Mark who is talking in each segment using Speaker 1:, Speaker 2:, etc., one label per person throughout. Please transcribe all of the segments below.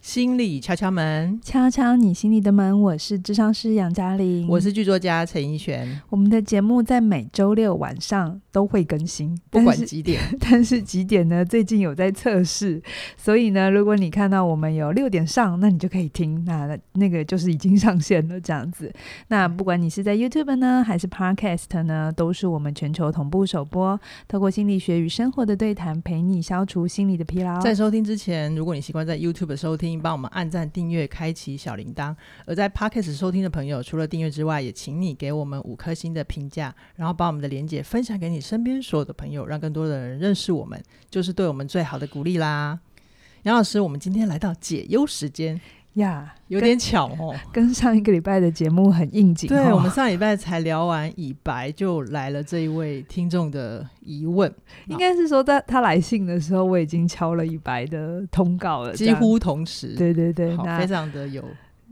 Speaker 1: 心理敲敲门，
Speaker 2: 敲敲你心里的门，我是智商师杨嘉玲，
Speaker 1: 我是剧作家陈奕璇。
Speaker 2: 我们的节目在每周六晚上都会更新，
Speaker 1: 不管
Speaker 2: 但是
Speaker 1: 几点，
Speaker 2: 但是几点呢？最近有在测试，所以呢，如果你看到我们有六点上，那你就可以听，那那个就是已经上线了这样子。那
Speaker 1: 嗯
Speaker 2: 不管你是在 YouTube 呢，还是 Podcast 呢，都是我们全球同步首播，透过心理学与生活的对谈，陪你消除心理的疲劳。
Speaker 1: 在收听之前，如果你习惯在 YouTube 收听，帮我们按赞、订阅、开启小铃铛；而在 Podcast 收听的朋友，除了订阅之外，也请你给我们五颗星的评价，然后把我们的连结分享给你身边所有的朋友，让更多的人认识我们，就是对我们最好的鼓励啦。杨老师，我们今天来到解忧时间，
Speaker 2: 呀
Speaker 1: 有点巧 哦。
Speaker 2: 跟上一个礼拜的节目很应景哦，
Speaker 1: 对，我们上礼拜才聊完以白，就来了这一位听众的疑问，
Speaker 2: 应该是说在他来信的时候，我已经敲了一百的通告了，这
Speaker 1: 几
Speaker 2: 样
Speaker 1: 乎同时，
Speaker 2: 对对对，
Speaker 1: 好，
Speaker 2: 那
Speaker 1: 非常的有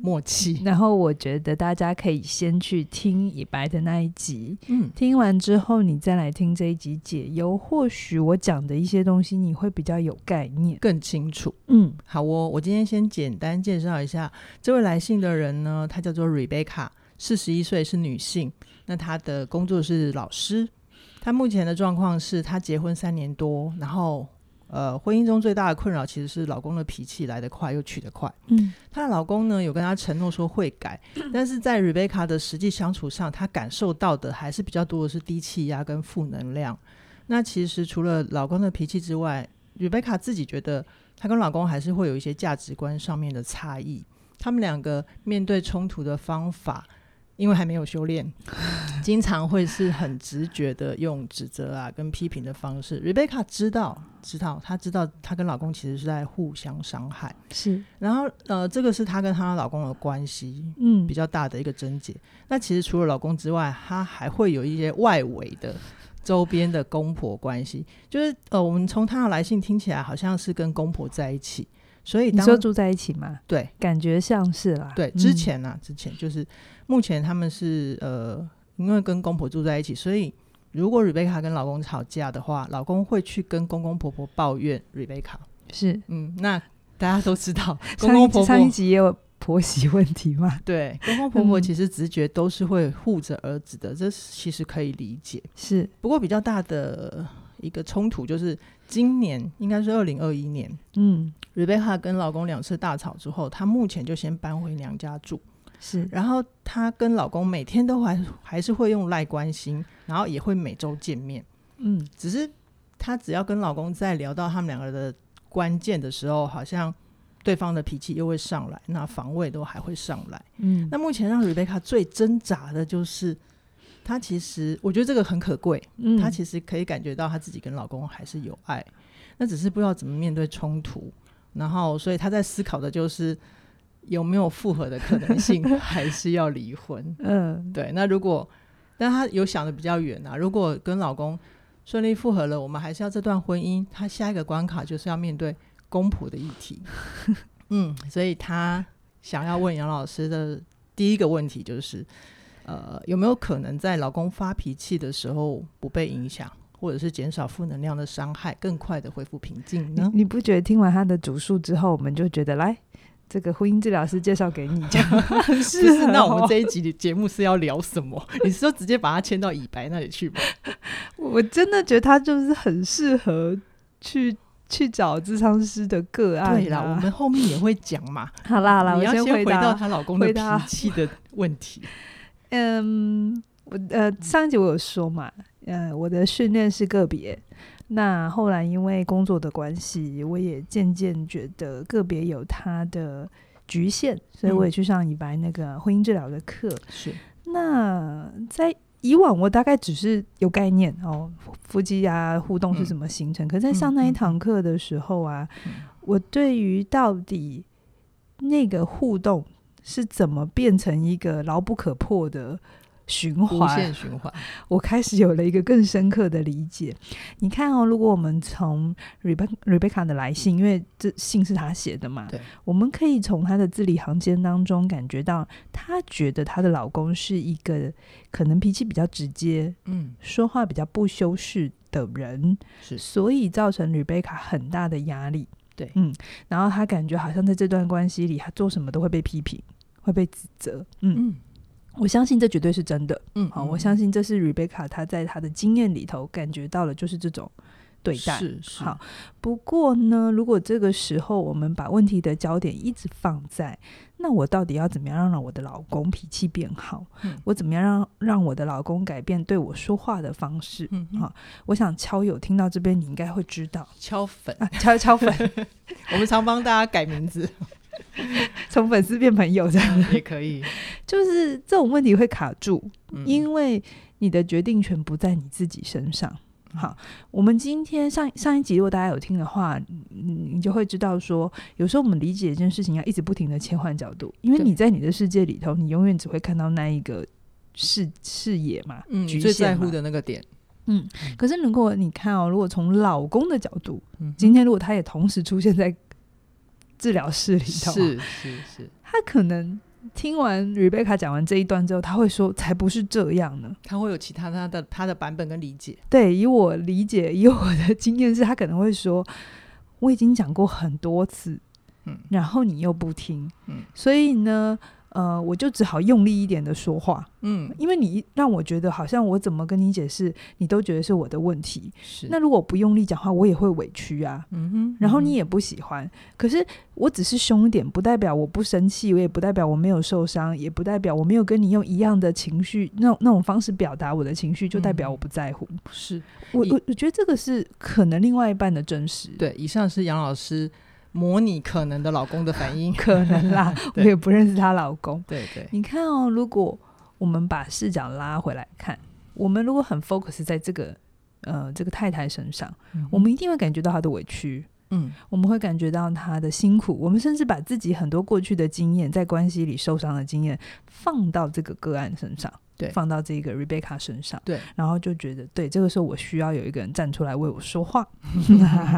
Speaker 1: 默契。
Speaker 2: 然后我觉得大家可以先去听以白的那一集，
Speaker 1: 嗯，
Speaker 2: 听完之后你再来听这一集解忧，或许我讲的一些东西你会比较有概念。
Speaker 1: 更清楚。
Speaker 2: 嗯，
Speaker 1: 好哦，我今天先简单介绍一下这位来信的人呢，她叫做 Rebecca，四十一岁，是女性。那她的工作是老师。她目前的状况是，她结婚三年多，然后呃，婚姻中最大的困扰其实是老公的脾气来得快又去得快。
Speaker 2: 嗯，
Speaker 1: 她的老公呢有跟她承诺说会改，但是在 Rebecca 的实际相处上，她感受到的还是比较多的是低气压跟负能量。那其实除了老公的脾气之外，Rebecca 自己觉得她跟老公还是会有一些价值观上面的差异。他们两个面对冲突的方法，因为还没有修炼，经常会是很直觉的用指责啊跟批评的方式。Rebecca 知道，知道，她知道她跟老公其实是在互相伤害。
Speaker 2: 是，
Speaker 1: 然后呃，这个是她跟她老公的关系
Speaker 2: 嗯
Speaker 1: 比，较大的一个症结。那其实除了老公之外，她还会有一些外围的周边的公婆关系，就是呃，我们从她的来信听起来好像是跟公婆在一起，所以
Speaker 2: 你
Speaker 1: 当
Speaker 2: 说住在一起吗？
Speaker 1: 对
Speaker 2: 感觉像是啦。
Speaker 1: 对
Speaker 2: 嗯
Speaker 1: 之前呢、啊，之前就是目前他们是呃，因为跟公婆住在一起，所以。如果 Rebecca 跟老公吵架的话，老公会去跟公公婆婆抱怨 Rebecca。
Speaker 2: 是
Speaker 1: 嗯，那大家都知道，公
Speaker 2: 上一
Speaker 1: 公婆
Speaker 2: 集
Speaker 1: 婆
Speaker 2: 上一集也有婆媳问题嘛？
Speaker 1: 对，公公婆婆
Speaker 2: 嗯
Speaker 1: 其实直觉都是会护着儿子的，这是其实可以理解。
Speaker 2: 是，
Speaker 1: 不过比较大的一个冲突就是，今年应该是二零二一年
Speaker 2: 嗯，
Speaker 1: ，Rebecca 跟老公两次大吵之后，她目前就先搬回娘家住。
Speaker 2: 是
Speaker 1: 然后她跟老公每天都还还是会用赖关心，然后也会每周见面。
Speaker 2: 嗯，
Speaker 1: 只是她只要跟老公在聊到他们两个的关键的时候，好像对方的脾气又会上来，那防卫都还会上来。
Speaker 2: 嗯，
Speaker 1: 那目前让 Rebecca 最挣扎的就是，她其实我觉得这个很可贵，
Speaker 2: 嗯
Speaker 1: 她其实可以感觉到她自己跟老公还是有爱，那只是不知道怎么面对冲突，然后所以她在思考的就是有没有复合的可能性，还是要离婚？
Speaker 2: 嗯，
Speaker 1: 对，那如果但她有想的比较远啊，如果跟老公顺利复合了，我们还是要这段婚姻，她下一个关卡就是要面对公婆的议 题。嗯，所以她想要问杨老师的第一个问题就是，呃，有没有可能在老公发脾气的时候不被影响，或者是减少负能量的伤害，更快的恢复平静
Speaker 2: 你
Speaker 1: 呢？
Speaker 2: 你不觉得听完他的主述之后，我们就觉得来这个婚姻治疗师介绍给你这样 很
Speaker 1: 不
Speaker 2: 适合哦？
Speaker 1: 是，那我们这一集的节目是要聊什么？ 你是说直接把它牵到以白那里去吗？
Speaker 2: 我真的觉得他就是很适合去去找智商师的个案、啊。
Speaker 1: 对啦，我们后面也会讲嘛。
Speaker 2: 好啦好啦，我
Speaker 1: 你要回
Speaker 2: 回
Speaker 1: 到
Speaker 2: 答。
Speaker 1: 她老公的
Speaker 2: 回答
Speaker 1: 脾气的问 题。
Speaker 2: 嗯，我呃上一集我有说嘛，呃，我的训练是个别。那后来因为工作的关系，我也渐渐觉得个别有它的局限，所以我也去上以白那个婚姻治疗的课。
Speaker 1: 是，
Speaker 2: 那在以往，我大概只是有概念哦，夫妻啊互动是怎么形成。可在上那一堂课的时候啊，
Speaker 1: 嗯
Speaker 2: 我对于到底那个互动是怎么变成一个牢不可破的循
Speaker 1: 无
Speaker 2: 环，
Speaker 1: 限循环。
Speaker 2: 我开始有了一个更深刻的理解。你看哦，如果我们从 Rebecca Rebecca 的来信，因为这信是她写的嘛，
Speaker 1: 对，
Speaker 2: 我们可以从她的字里行间当中感觉到，她觉得她的老公是一个可能脾气比较直接、
Speaker 1: 嗯，
Speaker 2: 说话比较不修饰的人，
Speaker 1: 是
Speaker 2: 所以造成 Rebecca 很大的压力。
Speaker 1: 对
Speaker 2: 嗯，然后她感觉好像在这段关系里，她做什么都会被批评，会被指责，嗯，
Speaker 1: 嗯
Speaker 2: 我相信这绝对是真的，
Speaker 1: 嗯
Speaker 2: 好，我相信这是 Rebecca 她在她的经验里头感觉到了，就是这种对待，
Speaker 1: 是是
Speaker 2: 好，不过呢，如果这个时候我们把问题的焦点一直放在那我到底要怎么样让我的老公脾气变好？
Speaker 1: 嗯
Speaker 2: 我怎么样让让我的老公改变对我说话的方式？
Speaker 1: 嗯嗯
Speaker 2: 好我想敲友听到这边，你应该会知道
Speaker 1: 敲粉，
Speaker 2: 啊，敲敲粉，
Speaker 1: 我们常帮大家改名字
Speaker 2: 从粉丝变朋友这样，
Speaker 1: 也可以，
Speaker 2: 就是这种问题会卡住，
Speaker 1: 嗯
Speaker 2: 因为你的决定权不在你自己身上。好，我们今天上上一集，如果大家有听的话，你你就会知道说，有时候我们理解一件事情要一直不停的切换角度，因为
Speaker 1: 对
Speaker 2: 你在你的世界里头，你永远只会看到那一个视视野嘛，
Speaker 1: 嗯
Speaker 2: 局
Speaker 1: 你最在
Speaker 2: 限嘛
Speaker 1: 乎。的那个点，
Speaker 2: 嗯，可是如果你看哦，如果从老公的角度，
Speaker 1: 嗯哼
Speaker 2: 今天如果他也同时出现在治疗室里头啊，
Speaker 1: 是是是，
Speaker 2: 他可能听完 Rebecca 讲完这一段之后，他会说：“才不是这样呢。”
Speaker 1: 他会有其他他的他的版本跟理解，
Speaker 2: 对，以我理解，以我的经验是，他可能会说：“我已经讲过很多次，
Speaker 1: 嗯
Speaker 2: 然后你又不听，
Speaker 1: 嗯
Speaker 2: 所以呢，呃，我就只好用力一点的说话，
Speaker 1: 嗯
Speaker 2: 因为你让我觉得好像我怎么跟你解释，你都觉得是我的问题。
Speaker 1: 是
Speaker 2: 那如果不用力讲话，我也会委屈啊。”
Speaker 1: 嗯哼，
Speaker 2: 然后
Speaker 1: 嗯
Speaker 2: 你也不喜欢，可是我只是凶一点，不代表我不生气，我也不代表我没有受伤，也不代表我没有跟你用一样的情绪那种那种方式表达我的情绪，就代
Speaker 1: 嗯
Speaker 2: 表我不在乎。
Speaker 1: 哼是
Speaker 2: 我
Speaker 1: 以
Speaker 2: 我我觉得这个是可能另外一半的真实，，，
Speaker 1: 对，以上是杨老师模拟可能的老公的反应，
Speaker 2: 可能啦我
Speaker 1: 对
Speaker 2: 也不认识她老公。
Speaker 1: 对对，
Speaker 2: 你看哦，如果我们把视角拉回来看，我们如果很 focus 在这个呃这个太太身上，我们一定会感觉到她的委屈，
Speaker 1: 嗯
Speaker 2: 我们会感觉到她的辛苦，我们甚至把自己很多过去的经验，在关系里受伤的经验，放到这个个案身上，
Speaker 1: 对
Speaker 2: 放到这个 Rebecca 身上，
Speaker 1: 对，
Speaker 2: 然后就觉得，对，这个时候我需要有一个人站出来为我 说话，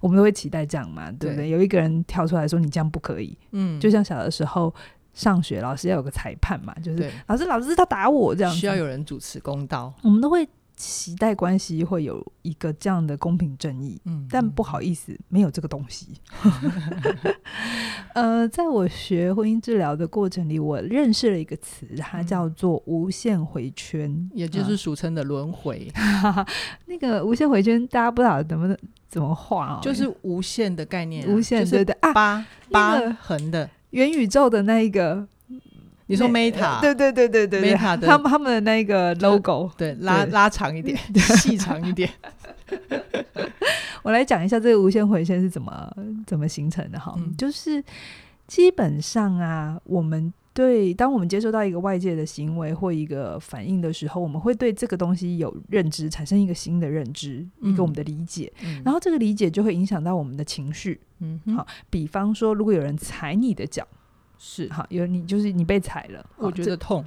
Speaker 2: 我们都会期待这样嘛，对不对？
Speaker 1: 对
Speaker 2: 有一个人跳出来说你这样不可以，
Speaker 1: 嗯，
Speaker 2: 就像小的时候上学，老师要有个裁判嘛，就是
Speaker 1: 对，
Speaker 2: 老师老师他打我这样子，
Speaker 1: 需要有人主持公道，
Speaker 2: 我们都会期待关系会有一个这样的公平正义，
Speaker 1: 嗯，
Speaker 2: 但不好意思，没有这个东 西。呃，在我学婚姻治疗的过程里，我认识了一个词，它
Speaker 1: 嗯
Speaker 2: 叫做无限回圈，
Speaker 1: 也就
Speaker 2: 啊
Speaker 1: 是俗称的轮回，
Speaker 2: 那个无限回圈，大家不知道能不能怎么画哦，
Speaker 1: 就是无限的概念啊，
Speaker 2: 无限
Speaker 1: 就是
Speaker 2: 对对啊，
Speaker 1: 八八
Speaker 2: 那个
Speaker 1: 横的，
Speaker 2: 元宇宙的那一个，
Speaker 1: 你说
Speaker 2: 那
Speaker 1: Meta
Speaker 2: 对对对对对对，
Speaker 1: Meta 的
Speaker 2: 他们他们的那个
Speaker 1: 就
Speaker 2: logo，
Speaker 1: 对拉
Speaker 2: 对
Speaker 1: 拉长一 点，细长一点，
Speaker 2: 我来讲一下这个无限回圈是怎么怎么形成的哈，
Speaker 1: 嗯
Speaker 2: 就是基本上啊，我们对当我们接受到一个外界的行为或一个反应的时候，我们会对这个东西有认知，产生一个新的认知，
Speaker 1: 嗯
Speaker 2: 一个我们的理解，
Speaker 1: 然
Speaker 2: 然后这个理解就会影响到我们的情绪。
Speaker 1: 嗯哼
Speaker 2: 好比方说，如果有人踩你的脚，
Speaker 1: 是，
Speaker 2: 好，有你就是你被踩了，
Speaker 1: 我
Speaker 2: 好
Speaker 1: 觉
Speaker 2: 这
Speaker 1: 得痛，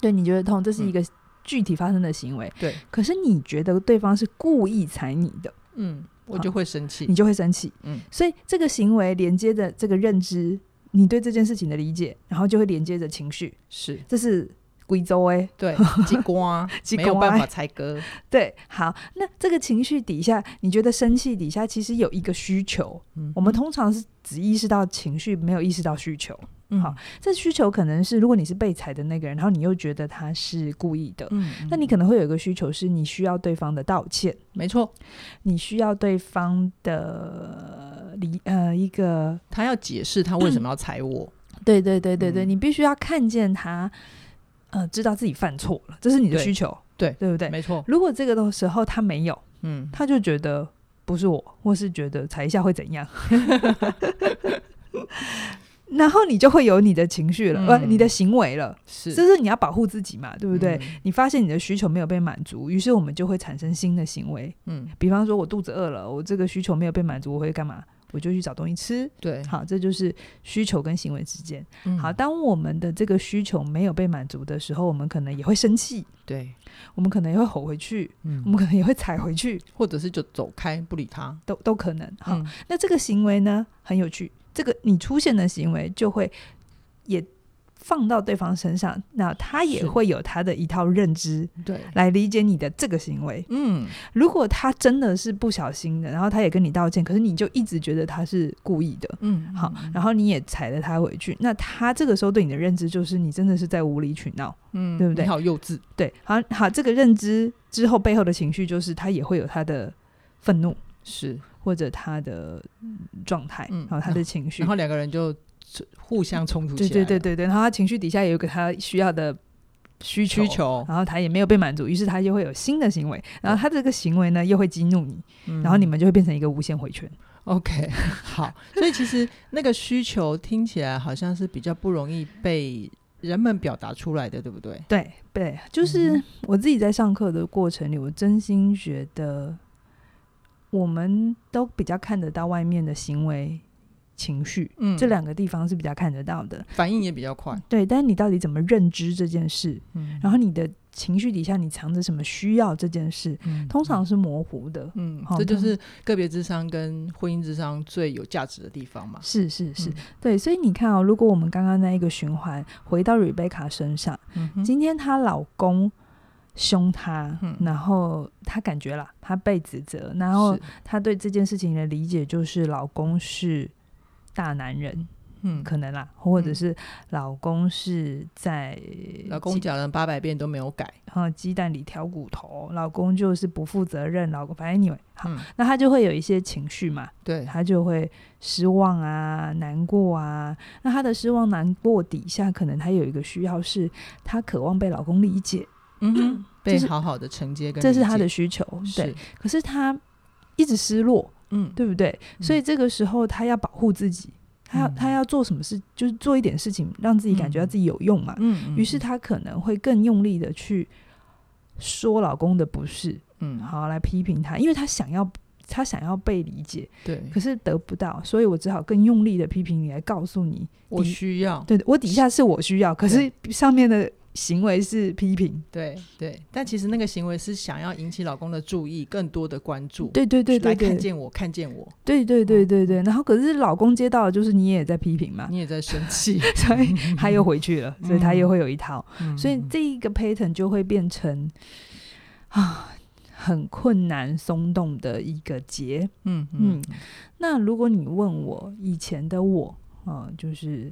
Speaker 2: 对你觉得哦痛，这是一个具体发生的行为，
Speaker 1: 对，
Speaker 2: 可是你觉得对方是故意踩你的。
Speaker 1: 嗯，我
Speaker 2: 好
Speaker 1: 就会生气
Speaker 2: 你，就会生气。
Speaker 1: 嗯
Speaker 2: 所以这个行为连接着这个认知，你对这件事情的理解，然后就会连接着情绪，
Speaker 1: 是
Speaker 2: 这是贵州哎，
Speaker 1: 对，激 光
Speaker 2: 鸡
Speaker 1: 没有
Speaker 2: 肝
Speaker 1: 办法猜歌，
Speaker 2: 对，好，那这个情绪底下，你觉得生气底下其实有一个需求，
Speaker 1: 嗯
Speaker 2: 我们通常是只意识到情绪，没有意识到需求。
Speaker 1: 嗯
Speaker 2: 好，这需求可能是，如果你是被裁的那个人，然后你又觉得他是故意的。
Speaker 1: 嗯，
Speaker 2: 那你
Speaker 1: 嗯
Speaker 2: 可能会有一个需求，是你需要对方的道歉，
Speaker 1: 没错，
Speaker 2: 你需要对方的呃理呃一个
Speaker 1: 他要解释他为什么要踩我，
Speaker 2: 对对对对对，
Speaker 1: 嗯
Speaker 2: 你必须要看见他，呃，知道自己犯错了，这是你的
Speaker 1: 对
Speaker 2: 需求，
Speaker 1: 对
Speaker 2: 对不对？
Speaker 1: 没错，
Speaker 2: 如果这个的时候他没有，
Speaker 1: 嗯，
Speaker 2: 他就觉得不是我，或是觉得踩一下会 怎样，然后你就会有你的情绪了，呃，
Speaker 1: 嗯
Speaker 2: 你的行为了，
Speaker 1: 是，
Speaker 2: 这是你要保护自己嘛，对不对？
Speaker 1: 嗯？
Speaker 2: 你发现你的需求没有被满足，于是我们就会产生新的行为，
Speaker 1: 嗯，
Speaker 2: 比方说我肚子饿了，我这个需求没有被满足，我会干嘛？我就去找东西吃。
Speaker 1: 对，
Speaker 2: 好，这就是需求跟行为之间。
Speaker 1: 嗯
Speaker 2: 好，，当我们的这个需求没有被满足的时候，我们可能也会生气，
Speaker 1: 对，
Speaker 2: 我们可能也会吼回去，我
Speaker 1: 嗯，
Speaker 2: 们可能也会踩回去，
Speaker 1: 或者是就走开不理他，
Speaker 2: 都都可能。好，
Speaker 1: 嗯，
Speaker 2: 那这个行为呢，很有趣，这个你出现的行为就会也放到对方身上，那他也
Speaker 1: 是
Speaker 2: 会有他的一套认知
Speaker 1: 对，
Speaker 2: 来理解你的这个行为。
Speaker 1: 嗯，
Speaker 2: 如果他真的是不小心的，然后他也跟你道歉，可是你就一直觉得他是故意的，
Speaker 1: 嗯，
Speaker 2: 好，然后你也踩了他回去，那他这个时候对你的认知就是你真的是在无理取闹，
Speaker 1: 嗯，
Speaker 2: 对不对
Speaker 1: 你好幼稚，
Speaker 2: 对，好好，这个认知之后背后的情绪就是他也会有他的愤怒
Speaker 1: 是，
Speaker 2: 或者他的嗯状态，
Speaker 1: 嗯
Speaker 2: 然后他的情绪
Speaker 1: 然，后两个人就互相冲突起
Speaker 2: 对
Speaker 1: 来，
Speaker 2: 对对，对对，然后他情绪底下也有一个他需要的需求
Speaker 1: 需，求，
Speaker 2: 然后他也没有被满足，于是他又会有新的行为，然后他这个行为呢又会激怒你，然后你
Speaker 1: 嗯
Speaker 2: 们就会变成一个无限回圈。
Speaker 1: OK 好，所以其实那个需求听起来好像是比较不容易被人们表达出来的，对不对？
Speaker 2: 对对，就是
Speaker 1: 嗯
Speaker 2: 我自己在上课的过程里，我真心觉得我们都比较看得到外面的行为、情绪。
Speaker 1: 嗯
Speaker 2: 这两个地方是比较看得到的，
Speaker 1: 反应也比较快，
Speaker 2: 对。但是你到底怎么认知这件事？
Speaker 1: 嗯
Speaker 2: 然后你的情绪底下你藏着什么需要这件事，
Speaker 1: 嗯
Speaker 2: 通常是模糊的。
Speaker 1: 嗯，
Speaker 2: 好
Speaker 1: 这就
Speaker 2: 通
Speaker 1: 是个别智商跟婚姻智商最有价值的地方嘛。
Speaker 2: 是是是，
Speaker 1: 嗯
Speaker 2: 对。所以你看哦，如果我们刚刚那一个循环回到 Rebecca 身上，
Speaker 1: 嗯哼
Speaker 2: 今天她老公凶她，
Speaker 1: 嗯
Speaker 2: 然后她感觉了她被指责，然后
Speaker 1: 是
Speaker 2: 她对这件事情的理解就是老公是大男人，
Speaker 1: 嗯，
Speaker 2: 可能啦，或者
Speaker 1: 嗯
Speaker 2: 是老公是在
Speaker 1: 老公讲了八百遍都没有改，
Speaker 2: 呃鸡蛋里挑骨头，老公就是不负责任，老公反正 anyway 好，
Speaker 1: 嗯，
Speaker 2: 那她就会有一些情绪嘛，
Speaker 1: 对，
Speaker 2: 她就会失望啊、难过啊。那她的失望、难过底下，可能她有一个需要是，她渴望被老公理解，
Speaker 1: 嗯哼，
Speaker 2: 这
Speaker 1: 被
Speaker 2: 是
Speaker 1: 好好的承接跟
Speaker 2: 这是
Speaker 1: 理
Speaker 2: 她的
Speaker 1: 解
Speaker 2: 需求。对
Speaker 1: 是，
Speaker 2: 可是她一直失落，
Speaker 1: 嗯，
Speaker 2: 对不对？
Speaker 1: 嗯
Speaker 2: 所以这个时候她要保护自己，她要
Speaker 1: 嗯
Speaker 2: 她要做什么事，就是做一点事情，让自己感觉到自己有用嘛。
Speaker 1: 嗯，嗯，
Speaker 2: 啊于是她可能会更用力的去说老公的不是，
Speaker 1: 嗯，嗯，
Speaker 2: 好来批评他，因为她想要她想要被理解。
Speaker 1: 对，
Speaker 2: 可是得不到，所以我只好更用力的批评你，来告诉你，
Speaker 1: 我
Speaker 2: 你
Speaker 1: 需要，
Speaker 2: 对我底下是我需要，可是上面的行为是批评。
Speaker 1: 对对，但其实那个行为是想要引起老公的注意，更多的关注，
Speaker 2: 对对对对
Speaker 1: 来看
Speaker 2: 对，
Speaker 1: 见我，哦看见我，
Speaker 2: 对对对对对。然后可是老公接到的就是你也在批评嘛，
Speaker 1: 你也在生气，
Speaker 2: 所以他又回去了，所以他又会有一套，所以
Speaker 1: 嗯
Speaker 2: 这一个 pattern 就会变成啊。很困难松动的一个结。
Speaker 1: 嗯
Speaker 2: 嗯那如果你问我以前的我，嗯、就是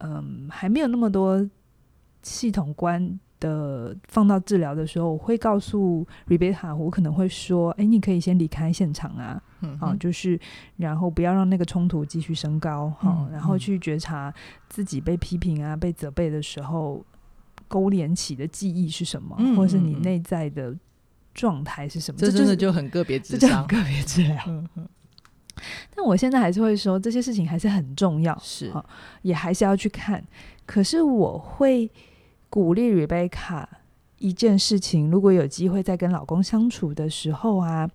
Speaker 2: 嗯，还没有那么多系统观的放到治疗的时候，我会告诉 Rebecca，我可能会说，哎，你可以先离开现场啊，
Speaker 1: 嗯
Speaker 2: 啊，
Speaker 1: 嗯
Speaker 2: 就是然后不要让那个冲突继续升高，哈、
Speaker 1: 嗯
Speaker 2: 然后
Speaker 1: 嗯
Speaker 2: 去觉察自己被批评啊、被责备的时候，勾连起的记忆是什么，
Speaker 1: 嗯
Speaker 2: 或是你
Speaker 1: 嗯嗯
Speaker 2: 内在的状态是什么，
Speaker 1: 这
Speaker 2: 就
Speaker 1: 真的
Speaker 2: 是
Speaker 1: 就很个别
Speaker 2: 这
Speaker 1: 智
Speaker 2: 叫很
Speaker 1: 商，
Speaker 2: 个别治疗。
Speaker 1: 嗯嗯
Speaker 2: 但我现在还是会说，这些事情还是很重要，
Speaker 1: 是
Speaker 2: 好也还是要去看。可是我会鼓励 Rebecca 一件事情：如果有机会在跟老公相处的时候啊，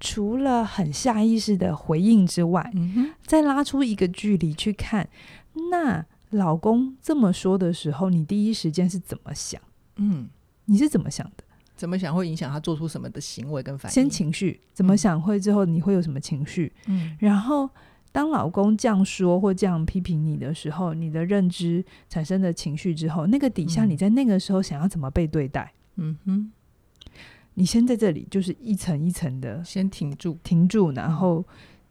Speaker 2: 除了很下意识的回应之外，
Speaker 1: 嗯哼
Speaker 2: 再拉出一个距离去看，那老公这么说的时候，你第一时间是怎么想？
Speaker 1: 嗯，
Speaker 2: 你是怎么想的？
Speaker 1: 怎么想会影响他做出什么的行为跟反应？
Speaker 2: 先情绪怎么想会之后，你会有什么情绪？
Speaker 1: 嗯
Speaker 2: 然后，当老公这样说或这样批评你的时候，你的认知产生的情绪之后，那个底下
Speaker 1: 嗯
Speaker 2: 你在那个时候想要怎么被对待，
Speaker 1: 嗯哼，
Speaker 2: 你先在这里就是一层一层的
Speaker 1: 先挺住，
Speaker 2: 停住，然后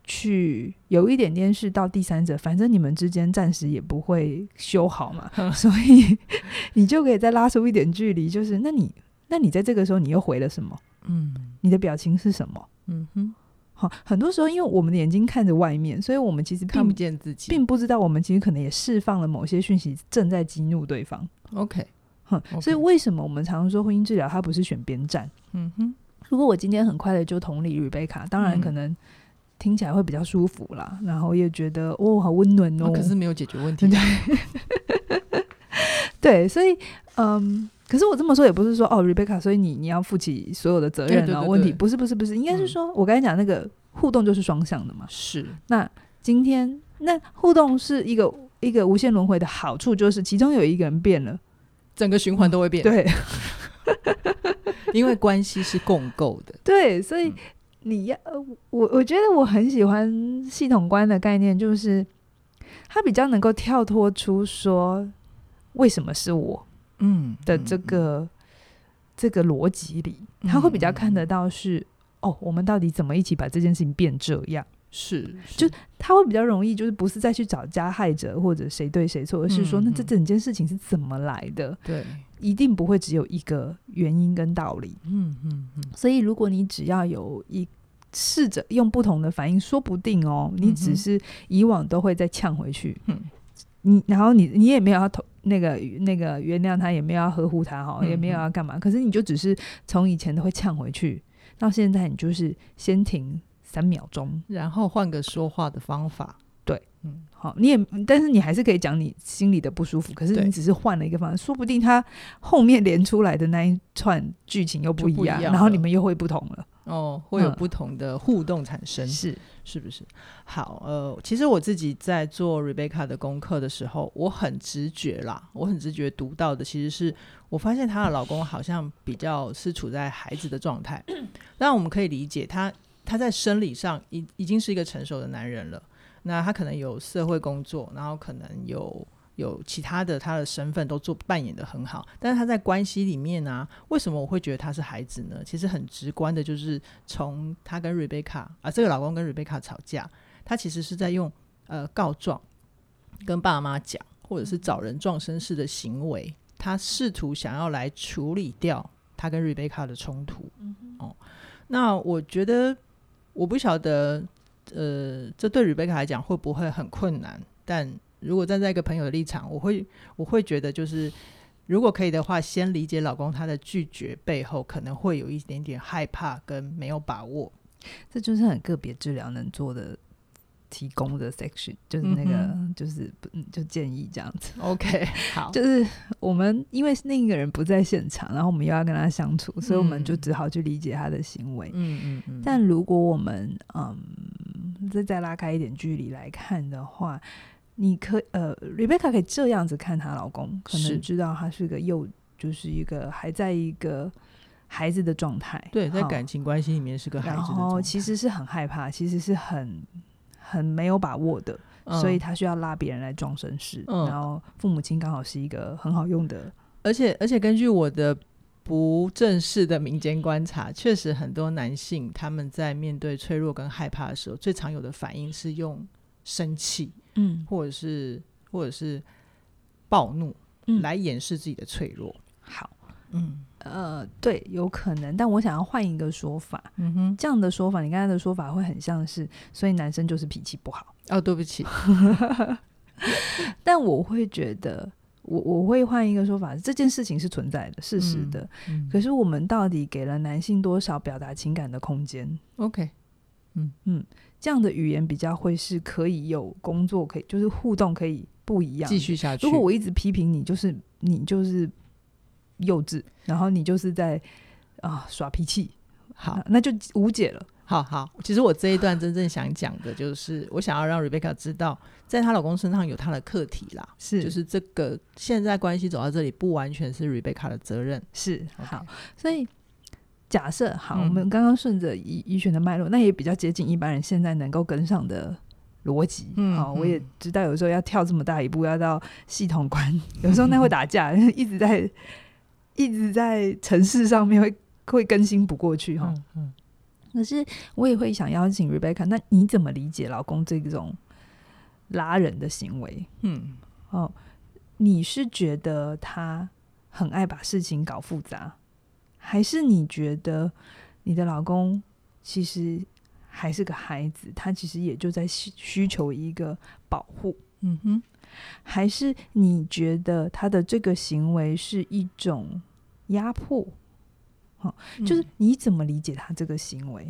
Speaker 2: 去有一点点是到第三者，反正你们之间暂时也不会修好嘛，所以你就可以再拉出一点距离，就是那你那你在这个时候你又回了什么？
Speaker 1: 嗯
Speaker 2: 你的表情是什么？
Speaker 1: 嗯哼，
Speaker 2: 好，很多时候因为我们的眼睛看着外面，所以我们其实并
Speaker 1: 看不见自己
Speaker 2: 并不知道我们其实可能也释放了某些讯息，正在激怒对方。
Speaker 1: ，OK，
Speaker 2: 哼
Speaker 1: OK
Speaker 2: 所以为什么我们常说婚姻治疗它不是选边站？
Speaker 1: 嗯哼，
Speaker 2: 如果我今天很快的就同理瑞贝卡，当然
Speaker 1: 嗯
Speaker 2: 可能听起来会比较舒服啦，然后也觉得哦好温暖哦。
Speaker 1: 啊可是没有解决问题啊
Speaker 2: 对，对，所以嗯。可是我这么说也不是说哦瑞贝卡，所以你你要负起所有的责任啊？
Speaker 1: 对对对
Speaker 2: 问题
Speaker 1: 对
Speaker 2: 不是不是不是，应该是
Speaker 1: 嗯
Speaker 2: 说、我刚才讲那个互动就是双向的嘛。
Speaker 1: 是，
Speaker 2: 那今天那互动是一个一个无限轮回的好处，就是其中有一个人变了，
Speaker 1: 整个循环都会变，
Speaker 2: 对
Speaker 1: 因为关系是共构的，
Speaker 2: 对，所以
Speaker 1: 嗯
Speaker 2: 你要呃我我觉得我很喜欢系统观的概念，就是它比较能够跳脱出说为什么是我
Speaker 1: 嗯嗯
Speaker 2: 的这个、这个逻辑里，他会比较看得到是、哦，我们到底怎么一起把这件事情变这样？
Speaker 1: 是
Speaker 2: 就他会比较容易，就是不是再去找加害者或者谁对谁错，而是说，
Speaker 1: 嗯
Speaker 2: 那这
Speaker 1: 嗯
Speaker 2: 整件事情是怎么来的？
Speaker 1: 对，
Speaker 2: 一定不会只有一个原因跟道理。
Speaker 1: 嗯嗯嗯，
Speaker 2: 所以，如果你只要有一试着用不同的反应，说不定哦，你
Speaker 1: 嗯
Speaker 2: 只
Speaker 1: 哼
Speaker 2: 是以往都会再呛回去，
Speaker 1: 嗯
Speaker 2: 你然后你你也没有要投那个那个原谅他，也没有要呵护他哈，
Speaker 1: 嗯
Speaker 2: 也没有要干嘛，可是你就只是从以前都会呛回去，到现在你就是先停三秒钟，
Speaker 1: 然后换个说话的方法，
Speaker 2: 对，
Speaker 1: 嗯，
Speaker 2: 好，你也，但是你还是可以讲你心里的不舒服，可是
Speaker 1: 对
Speaker 2: 你只是换了一个方式，说不定他后面连出来的那一串剧情又不一
Speaker 1: 就不一
Speaker 2: 样，
Speaker 1: 样
Speaker 2: 然后
Speaker 1: 了
Speaker 2: 你们又会不同了。
Speaker 1: 哦，会有
Speaker 2: 嗯
Speaker 1: 不同的互动产生，
Speaker 2: 是，
Speaker 1: 是不是？好，呃，其实我自己在做 Rebecca 的功课的时候，我很直觉啦，我很直觉读到的其实是我发现她的老公好像比较是处在孩子的状态，当然我们可以理解他他在生理上已已经是一个成熟的男人了，那他可能有社会工作，然后可能有。有其他的，他的身份都做扮演的很好，但是他在关系里面呢、为什么我会觉得他是孩子呢？其实很直观的，就是从他跟 Rebecca 啊，这个老公跟 Rebecca 吵架，他其实是在用呃告状跟爸妈讲，或者是找人撞生事的行为，他试图想要来处理掉他跟 Rebecca 的冲突。哦，那我觉得我不晓得，呃，这对 Rebecca 来讲会不会很困难？但如果站在一个朋友的立场，我会我会觉得就是。如果可以的话，先理解老公他的拒绝背后可能会有一点点害怕跟没有把握，
Speaker 2: 这就是很个别治疗能做的提供的 section，就是那个、
Speaker 1: 嗯哦
Speaker 2: 就是嗯就建议这样子。
Speaker 1: OK，好，
Speaker 2: 就是我们因为那个人不在现场，然后我们又要跟他相处，所以我们就
Speaker 1: 嗯
Speaker 2: 只好去理解他的行为。
Speaker 1: 嗯嗯嗯，
Speaker 2: 但如果我们嗯，再再拉开一点距离来看的话，你可呃，Rebecca 可以这样子看她老公，可
Speaker 1: 是
Speaker 2: 能知道他是个幼，就是一个还在一个孩子的状态，
Speaker 1: 对，在
Speaker 2: 好
Speaker 1: 感情关系里面是个孩
Speaker 2: 然
Speaker 1: 子的
Speaker 2: 后
Speaker 1: 状
Speaker 2: 其
Speaker 1: 态
Speaker 2: 实是很害怕，其实是很很没有把握的，
Speaker 1: 嗯
Speaker 2: 所以他需要拉别人来装绅士，
Speaker 1: 嗯
Speaker 2: 然后父母亲刚好是一个很好用的，
Speaker 1: 而且而且根据我的不正式的民间观察，确实很多男性他们在面对脆弱跟害怕的时候，最常有的反应是用生气，
Speaker 2: 嗯
Speaker 1: 或者是或者是暴怒、
Speaker 2: 嗯
Speaker 1: 来掩饰自己的脆弱。
Speaker 2: 好，
Speaker 1: 嗯
Speaker 2: 呃，对，有可能，但我想要换一个说法，
Speaker 1: 嗯哼，
Speaker 2: 这样的说法，你刚才的说法会很像是，所以男生就是脾气不好。
Speaker 1: 哦，对不起，
Speaker 2: 但我会觉得，我我会换一个说法，这件事情是存在的，事实的。
Speaker 1: 嗯
Speaker 2: 可是我们到底给了男性多少表达情感的空间？
Speaker 1: OK，
Speaker 2: 这样的语言比较会是可以有工作，可以就是互动，可以不一样。
Speaker 1: 继。续下去。
Speaker 2: 如果我一直批评你，就是你就是幼稚，然后你就是在啊、耍脾气，
Speaker 1: 好
Speaker 2: 啊，那就无解了。
Speaker 1: 好好，其实我这一段真正想讲的就是，我想要让 Rebecca 知道，在她老公身上有她的课题啦。
Speaker 2: 是
Speaker 1: 就是这个现在关系走到这里，不完全是 Rebecca 的责任。
Speaker 2: 是好
Speaker 1: OK，，
Speaker 2: 所以假设好，
Speaker 1: 嗯
Speaker 2: 我们刚刚顺着医医学的脉络，那也比较接近一般人现在能够跟上的逻辑。
Speaker 1: 嗯
Speaker 2: 好，
Speaker 1: 嗯
Speaker 2: 我也知道有时候要跳这么大一步，要到系统观，有时候那会打架， 一直在一直在城市上面会会更新不过去哈。
Speaker 1: 嗯嗯
Speaker 2: 可是我也会想邀请 Rebecca，那你怎么理解老公这种拉人的行为？
Speaker 1: 嗯，
Speaker 2: 哦，你是觉得他很爱把事情搞复杂，还是你觉得你的老公其实还是个孩子，他其实也就在需需求一个保护？
Speaker 1: 嗯哼，
Speaker 2: 还是你觉得他的这个行为是一种压迫？
Speaker 1: 嗯
Speaker 2: 就是你怎么理解他这个行为？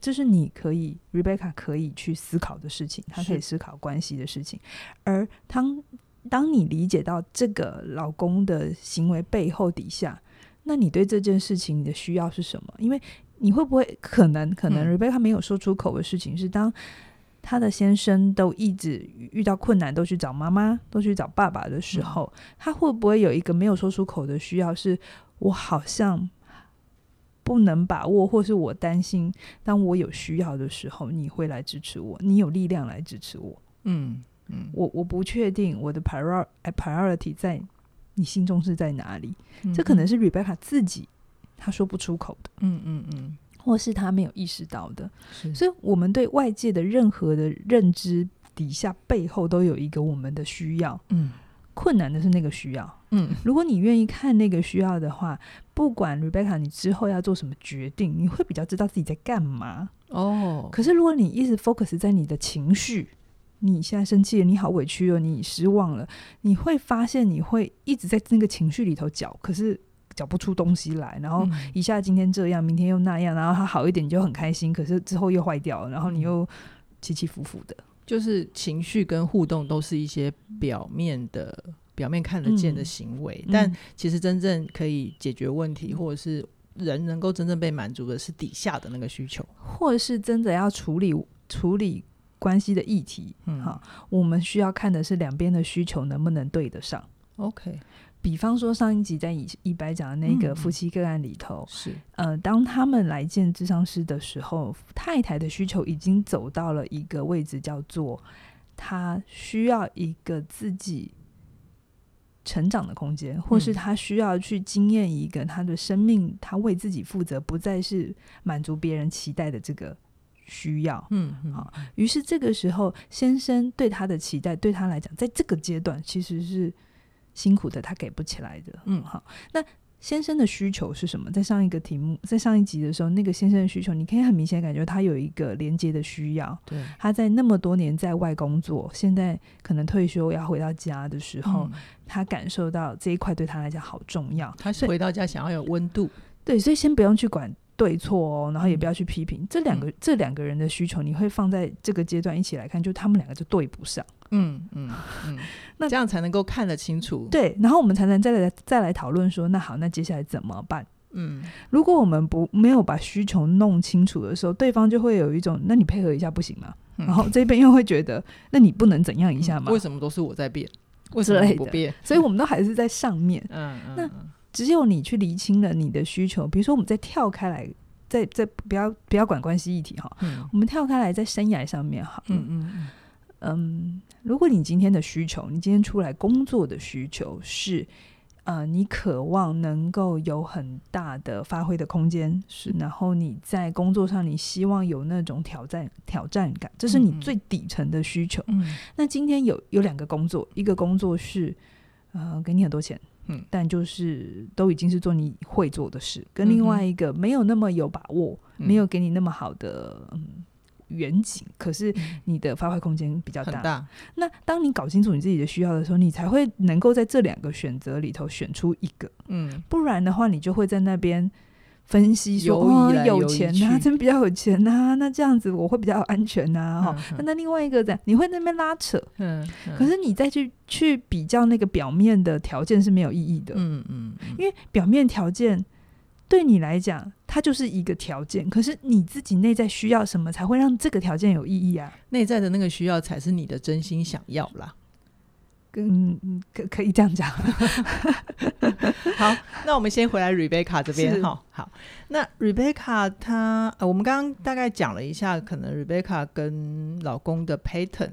Speaker 2: 这是你可以，Rebecca 可以去思考的事情，她可以思考关系的事情。而当当你理解到这个老公的行为背后底下，那你对这件事情你的需要是什么？因为你会不会可能可能
Speaker 1: 嗯
Speaker 2: Rebecca 没有说出口的事情是，当她的先生都一直遇到困难，都去找妈妈，都去找爸爸的时候，她会不会有一个没有说出口的需要是？我好像不能把握，或是我担心，当我有需要的时候，你会来支持我，你有力量来支持我。
Speaker 1: 嗯嗯
Speaker 2: 我我不确定我的 prior 哎 priority 在你心中是在哪里？
Speaker 1: 嗯
Speaker 2: 这可能是 Rebecca 自己她说不出口的，
Speaker 1: 嗯嗯嗯，
Speaker 2: 或是她没有意识到的。
Speaker 1: 是
Speaker 2: 所以，我们对外界的任何的认知底下，背后都有一个我们的需要。
Speaker 1: 嗯
Speaker 2: 困难的是那个需要。
Speaker 1: 嗯
Speaker 2: 如果你愿意看那个需要的话，不管 Rebecca 你之后要做什么决定，你会比较知道自己在干嘛。
Speaker 1: 哦，
Speaker 2: 可是如果你一直 focus 在你的情绪，你现在生气了，你好委屈哦，你失望了，你会发现你会一直在那个情绪里头搅，可是搅不出东西来，然后
Speaker 1: 嗯
Speaker 2: 一下今天这样，明天又那样，然后它好一点你就很开心，可是之后又坏掉了，然后你
Speaker 1: 嗯
Speaker 2: 又起起伏伏的。
Speaker 1: 就是情绪跟互动都是一些表面的、表面看得见的
Speaker 2: 嗯
Speaker 1: 行为，但
Speaker 2: 嗯
Speaker 1: 其实真正可以解决问题，或者是人能够真正被满足的是底下的那个需求。
Speaker 2: 或是真的要处理处理关系的议题，
Speaker 1: 嗯
Speaker 2: 好，我们需要看的是两边的需求能不能对得上。
Speaker 1: ，OK，
Speaker 2: 比方说上一集在以一白讲的那
Speaker 1: 嗯嗯
Speaker 2: 个夫妻个案里头，
Speaker 1: 是
Speaker 2: 呃，当他们来见智商师的时候，太太的需求已经走到了一个位置，叫做她需要一个自己成长的空间，或是
Speaker 1: 嗯
Speaker 2: 她需要去经验一个她的生命，她为自己负责，不再是满足别人期待的这个需要。
Speaker 1: 嗯，嗯
Speaker 2: 好于是这个时候，先生对她的期待，对她来讲，在这个阶段其实是辛苦的，她给不起来的。
Speaker 1: 嗯
Speaker 2: 好，那先生的需求是什么？在上一个题目，在上一集的时候，那个先生的需求，你可以很明显感觉他有一个连接的需要。
Speaker 1: 对，
Speaker 2: 他在那么多年在外工作，现在可能退休要回到家的时候，
Speaker 1: 嗯
Speaker 2: 他感受到这一块对他来讲好重要。
Speaker 1: 他
Speaker 2: 所以
Speaker 1: 回到家想要有温度，
Speaker 2: 对，所以先不用去管对错哦，然后也
Speaker 1: 嗯
Speaker 2: 不要去批评、这两个这两个人的需求，你会放在这个阶段一起来看，就他们两个就对不上。
Speaker 1: 嗯嗯 嗯，
Speaker 2: 那
Speaker 1: 这样才能够看得清楚。，
Speaker 2: 对，然后我们才能再来再来讨论说，那好，那接下来怎么办？
Speaker 1: 嗯
Speaker 2: 如果我们不没有把需求弄清楚的时候，对方就会有一种，那你配合一下不行吗？
Speaker 1: 嗯
Speaker 2: 然后这边又会觉得，那你不能怎样一下嘛
Speaker 1: 为？什么都是我在变？为什么
Speaker 2: 类
Speaker 1: 你不
Speaker 2: 的
Speaker 1: 变？
Speaker 2: 所以我们都还是在上面，
Speaker 1: 嗯嗯，
Speaker 2: 那
Speaker 1: 嗯
Speaker 2: 只有你去厘清了你的需求，比如说我们再跳开来，再再不要不要管关系议题哈，
Speaker 1: 嗯
Speaker 2: 我们跳开来在生涯上面好了，
Speaker 1: 嗯嗯嗯
Speaker 2: 嗯，如果你今天的需求，你今天出来工作的需求是，呃，你渴望能够有很大的发挥的空间，是，然后你在工作上，你希望有那种挑战挑战感，这是你
Speaker 1: 嗯嗯
Speaker 2: 最底层的需求。
Speaker 1: 嗯
Speaker 2: 那今天有有两个工作，一个工作是，呃，给你很多钱。
Speaker 1: 嗯
Speaker 2: 但就是都已经是做你会做的事，跟另外一个没有那么有把握，
Speaker 1: 嗯
Speaker 2: 没有给你那么好的嗯远景，可是
Speaker 1: 嗯
Speaker 2: 你的发挥空间比较
Speaker 1: 很
Speaker 2: 大。
Speaker 1: 大，
Speaker 2: 那当你搞清楚你自己的需要的时候，你才会能够在这两个选择里头选出一个，
Speaker 1: 嗯
Speaker 2: 不然的话，你就会在那边分析说，
Speaker 1: 犹疑来
Speaker 2: 哦，
Speaker 1: 犹
Speaker 2: 有
Speaker 1: 疑
Speaker 2: 钱呐、
Speaker 1: 去
Speaker 2: 真比较有钱呐、那这样子我会比较有安全呐、哈、
Speaker 1: 嗯嗯
Speaker 2: 那那另外一个怎样？你会在那边拉扯，
Speaker 1: 嗯，
Speaker 2: 可是你再去去比较那个表面的条件是没有意义的，
Speaker 1: 嗯嗯，嗯
Speaker 2: 因为表面条件对你来讲，它就是一个条件，可是你自己内在需要什么才会让这个条件有意义啊？
Speaker 1: 内在的那个需要才是你的真心想要啦。
Speaker 2: 嗯，嗯可可以这样讲。
Speaker 1: 好， 那我们先回来 Rebecca 这边
Speaker 2: 是
Speaker 1: 哈。好，那 Rebecca 她，呃、我们刚刚大概讲了一下，可能 Rebecca 跟老公的 pattern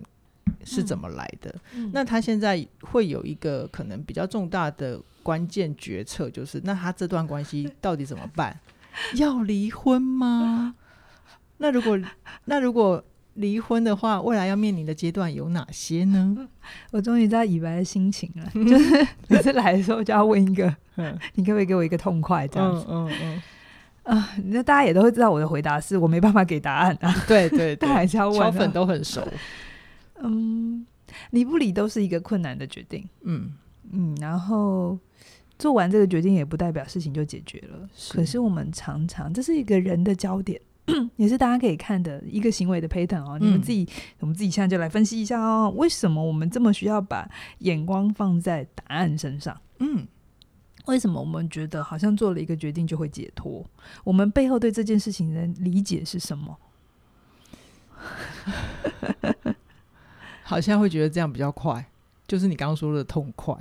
Speaker 1: 是怎么来的。
Speaker 2: 嗯
Speaker 1: 那她现在会有一个可能比较重大的关键决策，就是那她这段关系到底怎么办？要离婚吗？那如果那如果离婚的话，未来要面临的阶段有哪些呢？
Speaker 2: 我终于知道以白的心情 了，就是每次来的时候就要问一个，
Speaker 1: 嗯
Speaker 2: 你可不可以给我一个痛快这样子
Speaker 1: 嗯嗯嗯，
Speaker 2: 啊？那、大家也都会知道我的回答是我没办法给答案啊，
Speaker 1: 对对
Speaker 2: 但
Speaker 1: 对，
Speaker 2: 还是要问、
Speaker 1: 敲
Speaker 2: 啊。
Speaker 1: 粉都很熟。
Speaker 2: 嗯，离不离都是一个困难的决定，
Speaker 1: 嗯，
Speaker 2: 嗯，然后做完这个决定也不代表事情就解决了。可是我们常常这是一个人的焦点。 也是大家可以看的一个行为的 pattern 哦，你们
Speaker 1: 嗯
Speaker 2: 自己，我们自己现在就来分析一下哦，为什么我们这么需要把眼光放在答案身上？
Speaker 1: 嗯
Speaker 2: 为什么我们觉得好像做了一个决定就会解脱？我们背后对这件事情的理解是什么？
Speaker 1: 好像会觉得这样比较快，就是你刚刚说的痛快。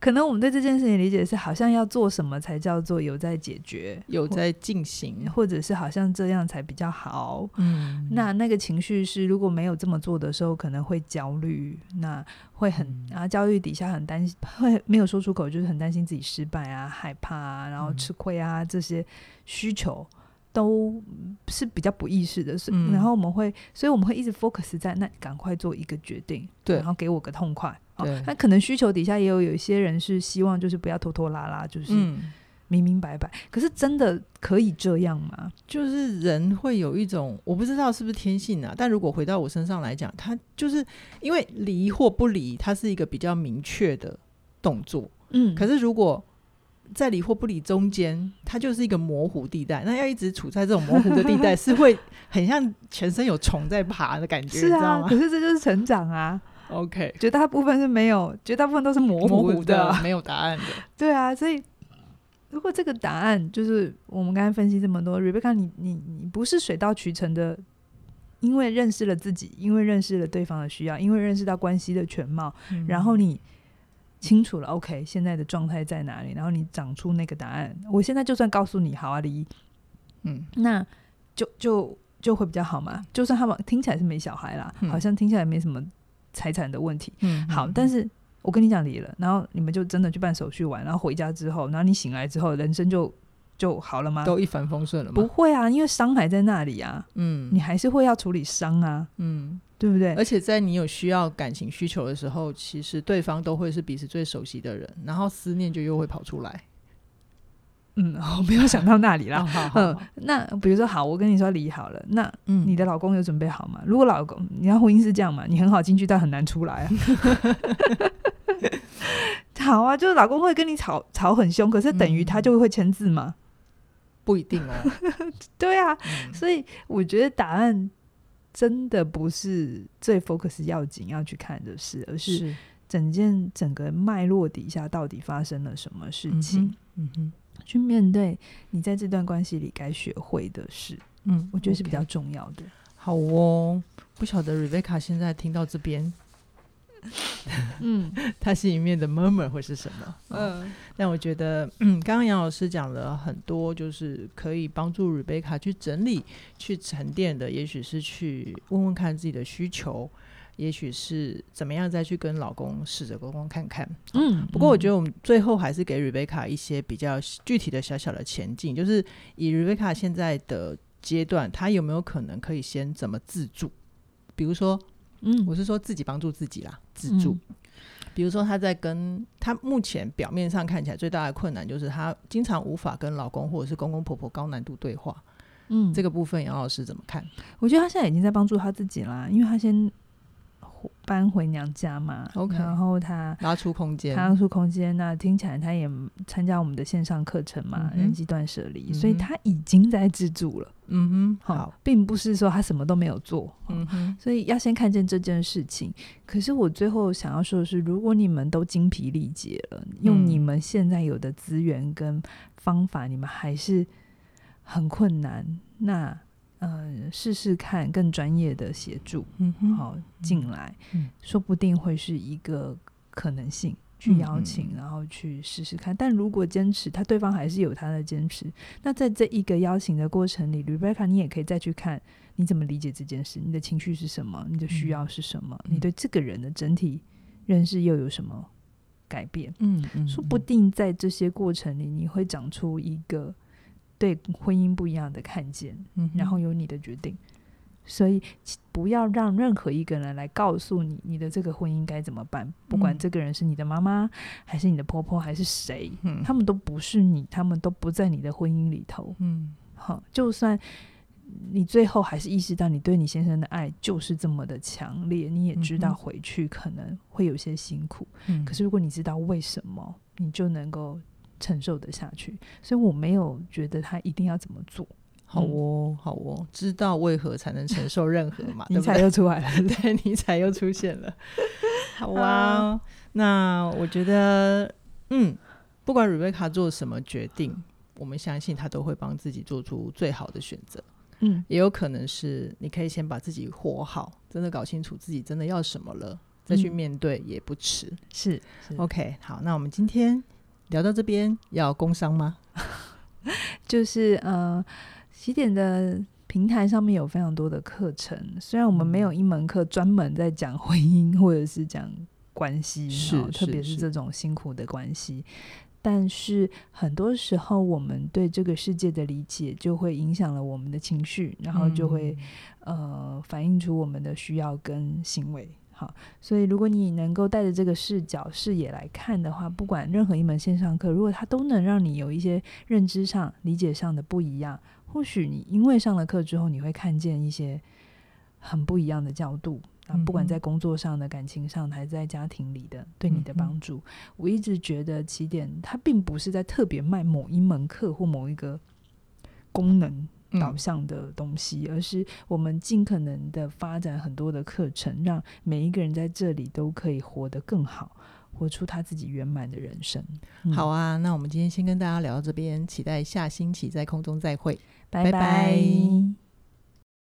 Speaker 2: 可能我们对这件事情理解是，好像要做什么才叫做有在解决，
Speaker 1: 有在进行，
Speaker 2: 或者是好像这样才比较好。
Speaker 1: 嗯，
Speaker 2: 那那个情绪是，如果没有这么做的时候，可能会焦虑，那会很
Speaker 1: 嗯
Speaker 2: 啊，焦虑底下很担心， 会没有说出口，就是很担心自己失败啊、害怕啊，然后
Speaker 1: 嗯
Speaker 2: 吃亏啊、这些需求。都是比较不意识的，所以、
Speaker 1: 嗯
Speaker 2: 然后我们会，所以我们会一直 focus 在那赶快做一个决定，
Speaker 1: 对
Speaker 2: 然后给我个痛快。哦
Speaker 1: 对
Speaker 2: 那、可能需求底下也有有一些人是希望就是不要拖拖拉拉，就是
Speaker 1: 嗯，
Speaker 2: 明明白白。可是真的可以这样吗？
Speaker 1: 就是人会有一种我不知道是不是天性啊，但如果回到我身上来讲，他就是因为离或不离，它是一个比较明确的动作。
Speaker 2: 嗯
Speaker 1: 可是如果在离或不离中间，它就是一个模糊地带。那要一直处在这种模糊的地带，是会很像全身有虫在爬的感觉，
Speaker 2: 是
Speaker 1: 你知道
Speaker 2: 啊，
Speaker 1: 吗
Speaker 2: 可是这就是成长啊，
Speaker 1: ？OK，
Speaker 2: 绝大部分是没有，绝大部分都是模
Speaker 1: 模
Speaker 2: 糊
Speaker 1: 糊的，没有答案的。
Speaker 2: 对啊，所以如果这个答案就是我们刚才分析这么多，Rebecca，你你你不是水到渠成的，因为认识了自己，因为认识了对方的需要，因为认识到关系的全貌，
Speaker 1: 嗯
Speaker 2: 然后你清楚了，OK，现在的状态在哪里，然后你长出那个答案。我现在就算告诉你，好啊，离，
Speaker 1: 嗯，
Speaker 2: 那就就就会比较好嘛。就算他们听起来是没小孩啦，
Speaker 1: 嗯
Speaker 2: 好像听起来没什么财产的问题，
Speaker 1: 嗯，嗯
Speaker 2: 好，但是我跟你讲离了，然后你们就真的去办手续完，然后回家之后，然后你醒来之后，人生就就好了吗？
Speaker 1: 都一帆风顺了嘛
Speaker 2: 啊不，会啊，因为伤还在那里啊，
Speaker 1: 嗯，
Speaker 2: 你还是会要处理伤啊，
Speaker 1: 嗯，
Speaker 2: 对不对？
Speaker 1: 而且在你有需要感情需求的时候，其实对方都会是彼此最熟悉的人，然后思念就又会跑出来。
Speaker 2: 嗯， 我没有想到那里
Speaker 1: 然
Speaker 2: 啦。
Speaker 1: 后，哦好
Speaker 2: 嗯
Speaker 1: 好，
Speaker 2: 那比如说好，我跟你说离好了，那
Speaker 1: 嗯
Speaker 2: 你的老公有准备好吗？如果老公，你看婚姻是这样嘛，你很好进去，但很难出来啊。 好啊，就是老公会跟你吵吵很凶，可是等于他
Speaker 1: 嗯
Speaker 2: 就会签字嘛。
Speaker 1: 不一定哦。
Speaker 2: 对啊，
Speaker 1: 嗯
Speaker 2: 所以我觉得答案真的不是最 focus 要紧要去看的事，而是
Speaker 1: 是
Speaker 2: 整件整个脉络底下到底发生了什么事
Speaker 1: 嗯
Speaker 2: 情，
Speaker 1: 哼，嗯哼，
Speaker 2: 去面对你在这段关系里该学会的事，
Speaker 1: 嗯，
Speaker 2: 我觉得是比较
Speaker 1: OK
Speaker 2: 重要的。
Speaker 1: 好哦。不晓得 Rebecca 现在听到这边，
Speaker 2: 嗯
Speaker 1: 她心里面的 murmur 会是什么？嗯，
Speaker 2: 嗯
Speaker 1: 但我觉得，嗯，刚刚杨老师讲了很多，就是可以帮助 Rebecca 去整理、去沉淀的，也许是去问问看自己的需求，也许是怎么样再去跟老公试着沟通看看。
Speaker 2: 嗯，
Speaker 1: 不过我觉
Speaker 2: 得
Speaker 1: 得我们最后还是给 Rebecca 一些比较具体的小小的前进，就是以 Rebecca 现在的阶段，她有没有可能可以先怎么自助？比如说，
Speaker 2: 嗯
Speaker 1: 我是说自己帮助自己啦，自助。比如说，她在跟她目前表面上看起来最大的困难就是她经常无法跟老公或者是公公婆婆高难度对话，
Speaker 2: 嗯，
Speaker 1: 这
Speaker 2: 这个
Speaker 1: 个部分杨老师怎么看？
Speaker 2: 我觉得他现在已经在帮助他自己啦，因为他先回搬回娘家嘛
Speaker 1: OK
Speaker 2: 然后他
Speaker 1: 拉出空间，
Speaker 2: 他说空间，那听起来他也参加我们的线上课程
Speaker 1: 嗯，
Speaker 2: 嘛
Speaker 1: 哼
Speaker 2: 人际断舍离，
Speaker 1: 嗯哼
Speaker 2: 所以他已经在自助了。
Speaker 1: 嗯哼，
Speaker 2: 哈
Speaker 1: 好，，
Speaker 2: 并不是说他什么都没有做。嗯
Speaker 1: 嗯哼，
Speaker 2: 所以要先看见这件事情。可是我最后想要说的是，如果你们都精疲力竭了，用你们现在有的资源跟方法，你们还是很困难，那呃，试试看更专业的协助，
Speaker 1: 嗯哼，
Speaker 2: 好、进来，
Speaker 1: 嗯
Speaker 2: 说不定会是一个可能性。去邀
Speaker 1: 嗯
Speaker 2: 请，然后去试试看。但如果坚持，他对方还是有他的坚持。那在这一个邀请的过程里，Rebecca，你也可以再去看你怎么理解这件事，你的情绪是什么，你的需要是什么，
Speaker 1: 嗯
Speaker 2: 你对这个人的整体认识又有什么改变？
Speaker 1: 嗯，嗯嗯，
Speaker 2: 说不定在这些过程里，你会长出一个对婚姻不一样的看见。
Speaker 1: 嗯哼，
Speaker 2: 然后有你的决定。所以其不要让任何一个人来告诉你你的这个婚姻该怎么办，不管
Speaker 1: 嗯
Speaker 2: 这个人是你的妈妈，还是你的婆婆，还是谁，
Speaker 1: 嗯，
Speaker 2: 他们都不是你，他们都不在你的婚姻里头。
Speaker 1: 嗯
Speaker 2: 好，就算你最后还是意识到你对你先生的爱就是这么的强烈，你也
Speaker 1: 嗯
Speaker 2: 知道
Speaker 1: 哼
Speaker 2: 回去可能会有些辛苦，
Speaker 1: 嗯，
Speaker 2: 可是如果你知道为什么，你就能够承受得下去。所以我没有觉得他一定要怎么做，
Speaker 1: 好哦，好哦，知道为何才能承受任何 嘛，对
Speaker 2: 尼
Speaker 1: 不
Speaker 2: 采
Speaker 1: 对？
Speaker 2: 又出来 了。
Speaker 1: 对，尼采又出现 了。好啊，那我觉得，嗯，不管 Rebecca 做什么决定，我们相信她都会帮自己做出最好的选择。
Speaker 2: 嗯
Speaker 1: 也有可能是你可以先把自己活好，真的搞清楚自己真的要什么了，再去
Speaker 2: 嗯
Speaker 1: 面对也不迟。
Speaker 2: 是是
Speaker 1: OK，好，那我们今天聊到这边，要工商吗？
Speaker 2: 就是呃，起点的平台上面有非常多的课程，虽然我们没有一门课专门在讲婚姻或者是讲关系，
Speaker 1: 是
Speaker 2: 哦
Speaker 1: 是
Speaker 2: 特别是
Speaker 1: 是
Speaker 2: 这种辛苦的关系。但是很多时候，我们对这个世界的理解就会影响了我们的情绪，然后就会、呃反映出我们的需要跟行为。好，所以如果你能够带着这个视角视野来看的话，不管任何一门线上课，如果它都能让你有一些认知上、理解上的不一样，或许你因为上了课之后，你会看见一些很不一样的角度。啊，不管
Speaker 1: 嗯哼
Speaker 2: 在工作上的、感情上的，还是在家庭里的，对你的
Speaker 1: 嗯哼
Speaker 2: 帮助，我一直觉得起点它并不是在特别卖某一门课或某一个功能，
Speaker 1: 嗯
Speaker 2: 导向的东西，而是我们尽可能的发展很多的课程，让每一个人在这里都可以活得更好，活出他自己圆满的人生。嗯
Speaker 1: 好，啊，那我们今天先跟大家聊到这边，期待下星期在空中再会。
Speaker 2: 拜
Speaker 1: 拜拜